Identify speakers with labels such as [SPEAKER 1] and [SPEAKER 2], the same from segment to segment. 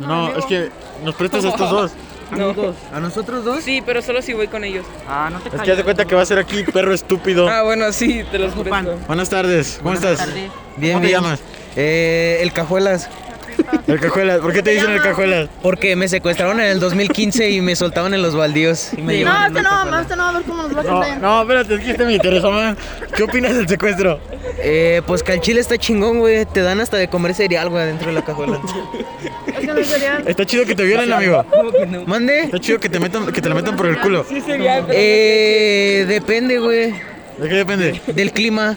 [SPEAKER 1] No, es que nos prestas a estos dos.
[SPEAKER 2] Amigos.
[SPEAKER 3] ¿A nosotros dos?
[SPEAKER 2] Sí, pero solo si voy con ellos.
[SPEAKER 3] Ah, no te
[SPEAKER 1] Es que haz de cuenta que va a ser aquí, perro estúpido.
[SPEAKER 2] Ah, bueno, sí, te los
[SPEAKER 3] Ocupan.
[SPEAKER 2] presto.
[SPEAKER 1] Buenas tardes, ¿cómo
[SPEAKER 3] Buenas
[SPEAKER 1] estás?
[SPEAKER 3] tardes.
[SPEAKER 1] ¿Cómo
[SPEAKER 4] Bien,
[SPEAKER 1] te
[SPEAKER 4] bien.
[SPEAKER 1] llamas?
[SPEAKER 4] Eh, el Cajuelas.
[SPEAKER 1] El Cajuelas, ¿por qué te dicen el Cajuelas?
[SPEAKER 4] Porque me secuestraron en el 2015 y me soltaban en los baldíos.
[SPEAKER 3] Y me llevan
[SPEAKER 5] No,
[SPEAKER 3] en
[SPEAKER 5] este
[SPEAKER 3] una
[SPEAKER 5] no, no,
[SPEAKER 3] cajuela.
[SPEAKER 5] este no, a ver cómo nos va a
[SPEAKER 1] No,
[SPEAKER 5] sorprender.
[SPEAKER 1] no, espérate, es que este me interesa más. ¿Qué opinas del secuestro?
[SPEAKER 4] Eh, pues que al chile está chingón, güey. Te dan hasta de comer cereal, güey, adentro de la cajuela.
[SPEAKER 5] Es que no sería.
[SPEAKER 1] Está chido que te violen, amigo.
[SPEAKER 3] ¿Cómo que no?
[SPEAKER 4] ¿Mande?
[SPEAKER 1] Está chido que te metan, que te la metan por el culo.
[SPEAKER 2] Sí, sería.
[SPEAKER 4] Eh, depende, güey.
[SPEAKER 1] ¿De qué depende?
[SPEAKER 4] Del clima.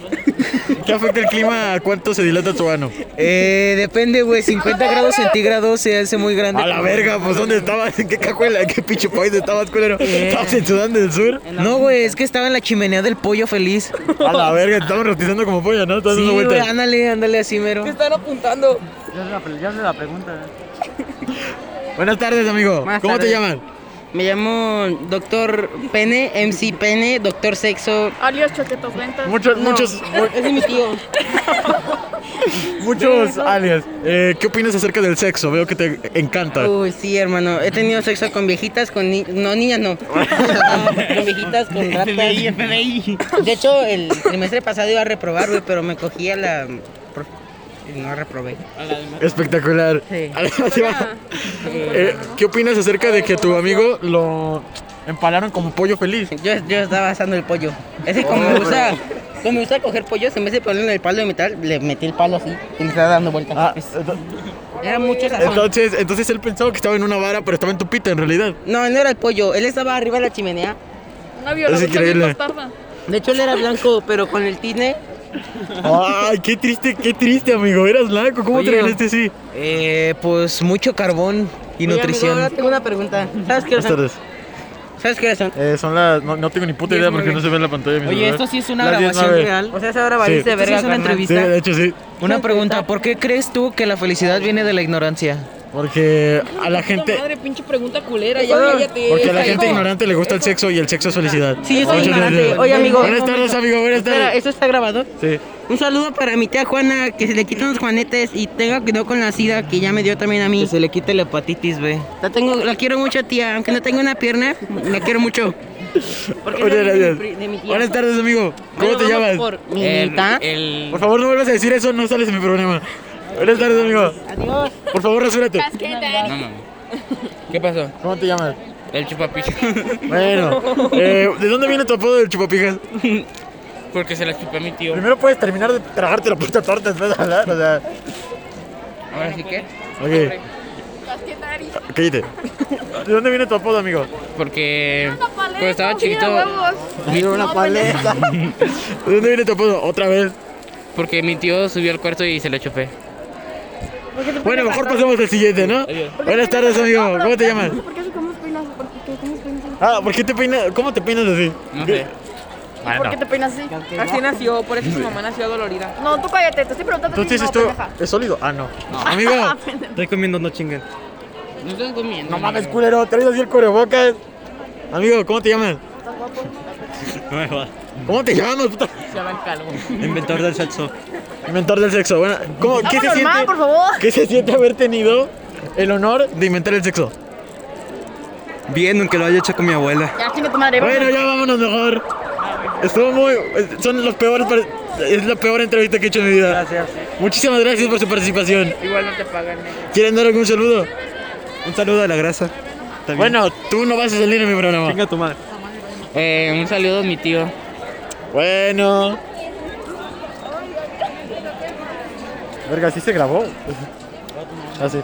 [SPEAKER 1] ¿Qué afecta el clima? ¿A cuánto se dilata tu ano?
[SPEAKER 4] Eh, depende, güey. 50 grados centígrados se hace muy grande.
[SPEAKER 1] A la verga, pues ¿dónde estabas? ¿En qué cajuela? ¿En qué pinche país estabas, culero? ¿Estabas en Sudán del Sur?
[SPEAKER 4] No, güey, es que estaba en la chimenea del pollo feliz.
[SPEAKER 1] A la verga, estaban rotizando como pollo, ¿no? Todas
[SPEAKER 4] Sí,
[SPEAKER 1] dando
[SPEAKER 4] güey,
[SPEAKER 1] vueltas.
[SPEAKER 4] ándale, ándale así, mero.
[SPEAKER 2] Te están apuntando.
[SPEAKER 3] Ya se la pre- Ya se la pregunta.
[SPEAKER 1] Buenas tardes, amigo.
[SPEAKER 6] Buenas
[SPEAKER 1] ¿Cómo te
[SPEAKER 6] tardes.
[SPEAKER 1] llaman?
[SPEAKER 6] Me llamo Doctor Pene, MC Pene, Doctor Sexo.
[SPEAKER 5] Alias Chaqueto Ventas.
[SPEAKER 1] Muchos,
[SPEAKER 6] No,
[SPEAKER 1] muchos, mu-
[SPEAKER 6] Ese es mi tío.
[SPEAKER 1] muchos alias. Eh, ¿Qué opinas acerca del sexo? Veo que te encanta.
[SPEAKER 4] Uh.
[SPEAKER 6] Uy, sí, hermano. He tenido sexo con viejitas, con ni- No, niñas no. Ah, con viejitas, con ratas. De hecho, el trimestre pasado iba a reprobar, güey, pero me cogí a la... prof- y No reprobé.
[SPEAKER 1] Espectacular.
[SPEAKER 6] Sí.
[SPEAKER 1] Además, Iván, eh, ¿Qué opinas acerca de que tu amigo lo empalaron como pollo feliz?
[SPEAKER 6] Yo, yo estaba asando el pollo. Es que como
[SPEAKER 1] Oh,
[SPEAKER 6] me gusta... Como me gusta coger pollos, en vez de ponerle el palo de metal, le metí el palo así y me estaba dando vueltas.
[SPEAKER 1] Ah, ento-
[SPEAKER 6] Era mucho sazón.
[SPEAKER 1] entonces, entonces él pensaba que estaba en una vara, pero estaba en tu pita en realidad.
[SPEAKER 6] No, él no era el pollo. Él estaba arriba de la chimenea
[SPEAKER 5] Una violación
[SPEAKER 1] increíble.
[SPEAKER 5] de bastarda.
[SPEAKER 6] De hecho, él era blanco, pero con el tine.
[SPEAKER 1] Ay, qué triste, qué triste, amigo. Eras blanco. ¿Cómo
[SPEAKER 6] Oye.
[SPEAKER 1] te ganaste así?
[SPEAKER 4] Eh, pues mucho carbón y
[SPEAKER 6] Oye,
[SPEAKER 4] nutrición.
[SPEAKER 6] amigo, ahora tengo una pregunta. ¿Sabes
[SPEAKER 1] Buenas
[SPEAKER 6] qué horas son?
[SPEAKER 1] tardes.
[SPEAKER 6] ¿Sabes qué horas son?
[SPEAKER 1] Eh, son las. No, no tengo ni puta
[SPEAKER 6] Diez,
[SPEAKER 1] idea porque
[SPEAKER 6] nueve.
[SPEAKER 1] no se ve en la pantalla. mi
[SPEAKER 4] Oye,
[SPEAKER 1] celular.
[SPEAKER 4] esto sí es una
[SPEAKER 1] Las diez,
[SPEAKER 4] grabación
[SPEAKER 1] nueve.
[SPEAKER 4] real.
[SPEAKER 6] O sea, esa hora
[SPEAKER 1] Sí.
[SPEAKER 6] valiste
[SPEAKER 4] Esto sí
[SPEAKER 6] verga,
[SPEAKER 4] es una
[SPEAKER 6] carnal.
[SPEAKER 4] entrevista.
[SPEAKER 1] Sí, de hecho sí.
[SPEAKER 4] Una pregunta, ¿por qué crees tú que la felicidad viene de la ignorancia?
[SPEAKER 1] Porque a la gente.
[SPEAKER 2] Madre, pinche pregunta culera. Ya cállate.
[SPEAKER 1] Porque a la gente
[SPEAKER 2] Hijo.
[SPEAKER 1] ignorante le gusta el sexo y el sexo es felicidad.
[SPEAKER 6] Sí, yo soy
[SPEAKER 1] Muchas
[SPEAKER 6] ignorante.
[SPEAKER 1] gracias.
[SPEAKER 6] Oye, amigo,
[SPEAKER 1] Buenas
[SPEAKER 6] un
[SPEAKER 1] tardes,
[SPEAKER 6] momento.
[SPEAKER 1] amigo. Buenas
[SPEAKER 6] Espera,
[SPEAKER 1] tardes.
[SPEAKER 6] ¿esto está grabado?
[SPEAKER 1] Sí.
[SPEAKER 6] Un saludo para mi tía Juana, que se le quitan los juanetes y tenga cuidado con la sida que ya me dio también a mí.
[SPEAKER 4] se le quite la hepatitis B.
[SPEAKER 6] La tengo, la quiero mucho, tía. Aunque no tenga una pierna, la quiero mucho. Porque
[SPEAKER 1] Muchas
[SPEAKER 6] es la de mi
[SPEAKER 1] gracias.
[SPEAKER 6] pri- de mi tía.
[SPEAKER 1] Buenas tardes, amigo. ¿Cómo
[SPEAKER 6] Bueno,
[SPEAKER 1] te
[SPEAKER 6] vamos
[SPEAKER 1] llamas?
[SPEAKER 6] Por mi
[SPEAKER 4] Eh,
[SPEAKER 6] tita.
[SPEAKER 1] Por favor, no vuelvas a decir eso, no sales de mi problema. Buenas tardes, amigo.
[SPEAKER 6] Adiós.
[SPEAKER 1] Por favor, rasúrate.
[SPEAKER 3] ¿Qué pasó?
[SPEAKER 1] ¿Cómo te llamas?
[SPEAKER 3] El chupapicho.
[SPEAKER 1] Bueno, eh, ¿de dónde viene tu apodo del chupapijas?
[SPEAKER 3] Porque se la chupé a mi tío.
[SPEAKER 1] Primero puedes terminar de tragarte la puta torta después de hablar, o sea.
[SPEAKER 3] Ahora sí que.
[SPEAKER 1] Ok. Cállate. ¿De dónde viene tu apodo, amigo?
[SPEAKER 3] Porque. Cuando estaba chiquito.
[SPEAKER 1] Mira una paleta. ¿De dónde viene tu apodo? Otra vez.
[SPEAKER 3] Porque mi tío subió al cuarto y se lo chupé.
[SPEAKER 1] Bueno, mejor pasemos al siguiente, ¿no? Buenas tardes, amigo. ¿Cómo te llamas?
[SPEAKER 5] ¿Por qué sacamos peinas? ¿Por qué sacamos peinas?
[SPEAKER 1] Ah, ¿por qué te peinas? ¿Cómo te peinas así?
[SPEAKER 3] No sé. Ah,
[SPEAKER 5] ¿Por
[SPEAKER 3] no.
[SPEAKER 5] qué te peinas así?
[SPEAKER 2] Así nació, por eso su mamá nació dolorida.
[SPEAKER 5] No, tú cállate, te estoy preguntando.
[SPEAKER 1] ¿Tú
[SPEAKER 5] a ti,
[SPEAKER 1] te
[SPEAKER 5] no,
[SPEAKER 1] hiciste
[SPEAKER 5] pendeja.
[SPEAKER 1] ¿Es sólido? Ah, no. Amigo,
[SPEAKER 4] Estoy comiendo, no chinguen.
[SPEAKER 6] No estoy comiendo.
[SPEAKER 1] no mames, culero. Traes así el cubrebocas. Amigo, ¿cómo te llamas?
[SPEAKER 5] Estás guapo.
[SPEAKER 1] ¿Cómo te llamas, puta?
[SPEAKER 2] Se va el calvo.
[SPEAKER 4] Inventor del sexo.
[SPEAKER 1] Inventor del sexo. Bueno, ¿cómo, ¿qué se
[SPEAKER 5] Vámonos,
[SPEAKER 1] siente?
[SPEAKER 5] man, por favor.
[SPEAKER 1] ¿Qué se siente haber tenido el honor de inventar el sexo?
[SPEAKER 4] Bien, aunque lo haya hecho con mi abuela.
[SPEAKER 5] Ya, chinga tu madre.
[SPEAKER 1] Bueno,
[SPEAKER 5] vámonos.
[SPEAKER 1] ya vámonos mejor. Estuvo muy. Son los peores. par- Es la peor entrevista que he hecho en mi vida. Gracias. Muchísimas gracias por su participación.
[SPEAKER 2] Igual no te pagan. ¿eh?
[SPEAKER 1] ¿Quieren dar algún saludo?
[SPEAKER 4] Un saludo a la grasa.
[SPEAKER 1] Bueno, tú no vas a salir en mi programa.
[SPEAKER 4] tu madre.
[SPEAKER 3] Eh, un saludo a mi tío.
[SPEAKER 1] Bueno. Verga, Ah, ¿sí se grabó? Así.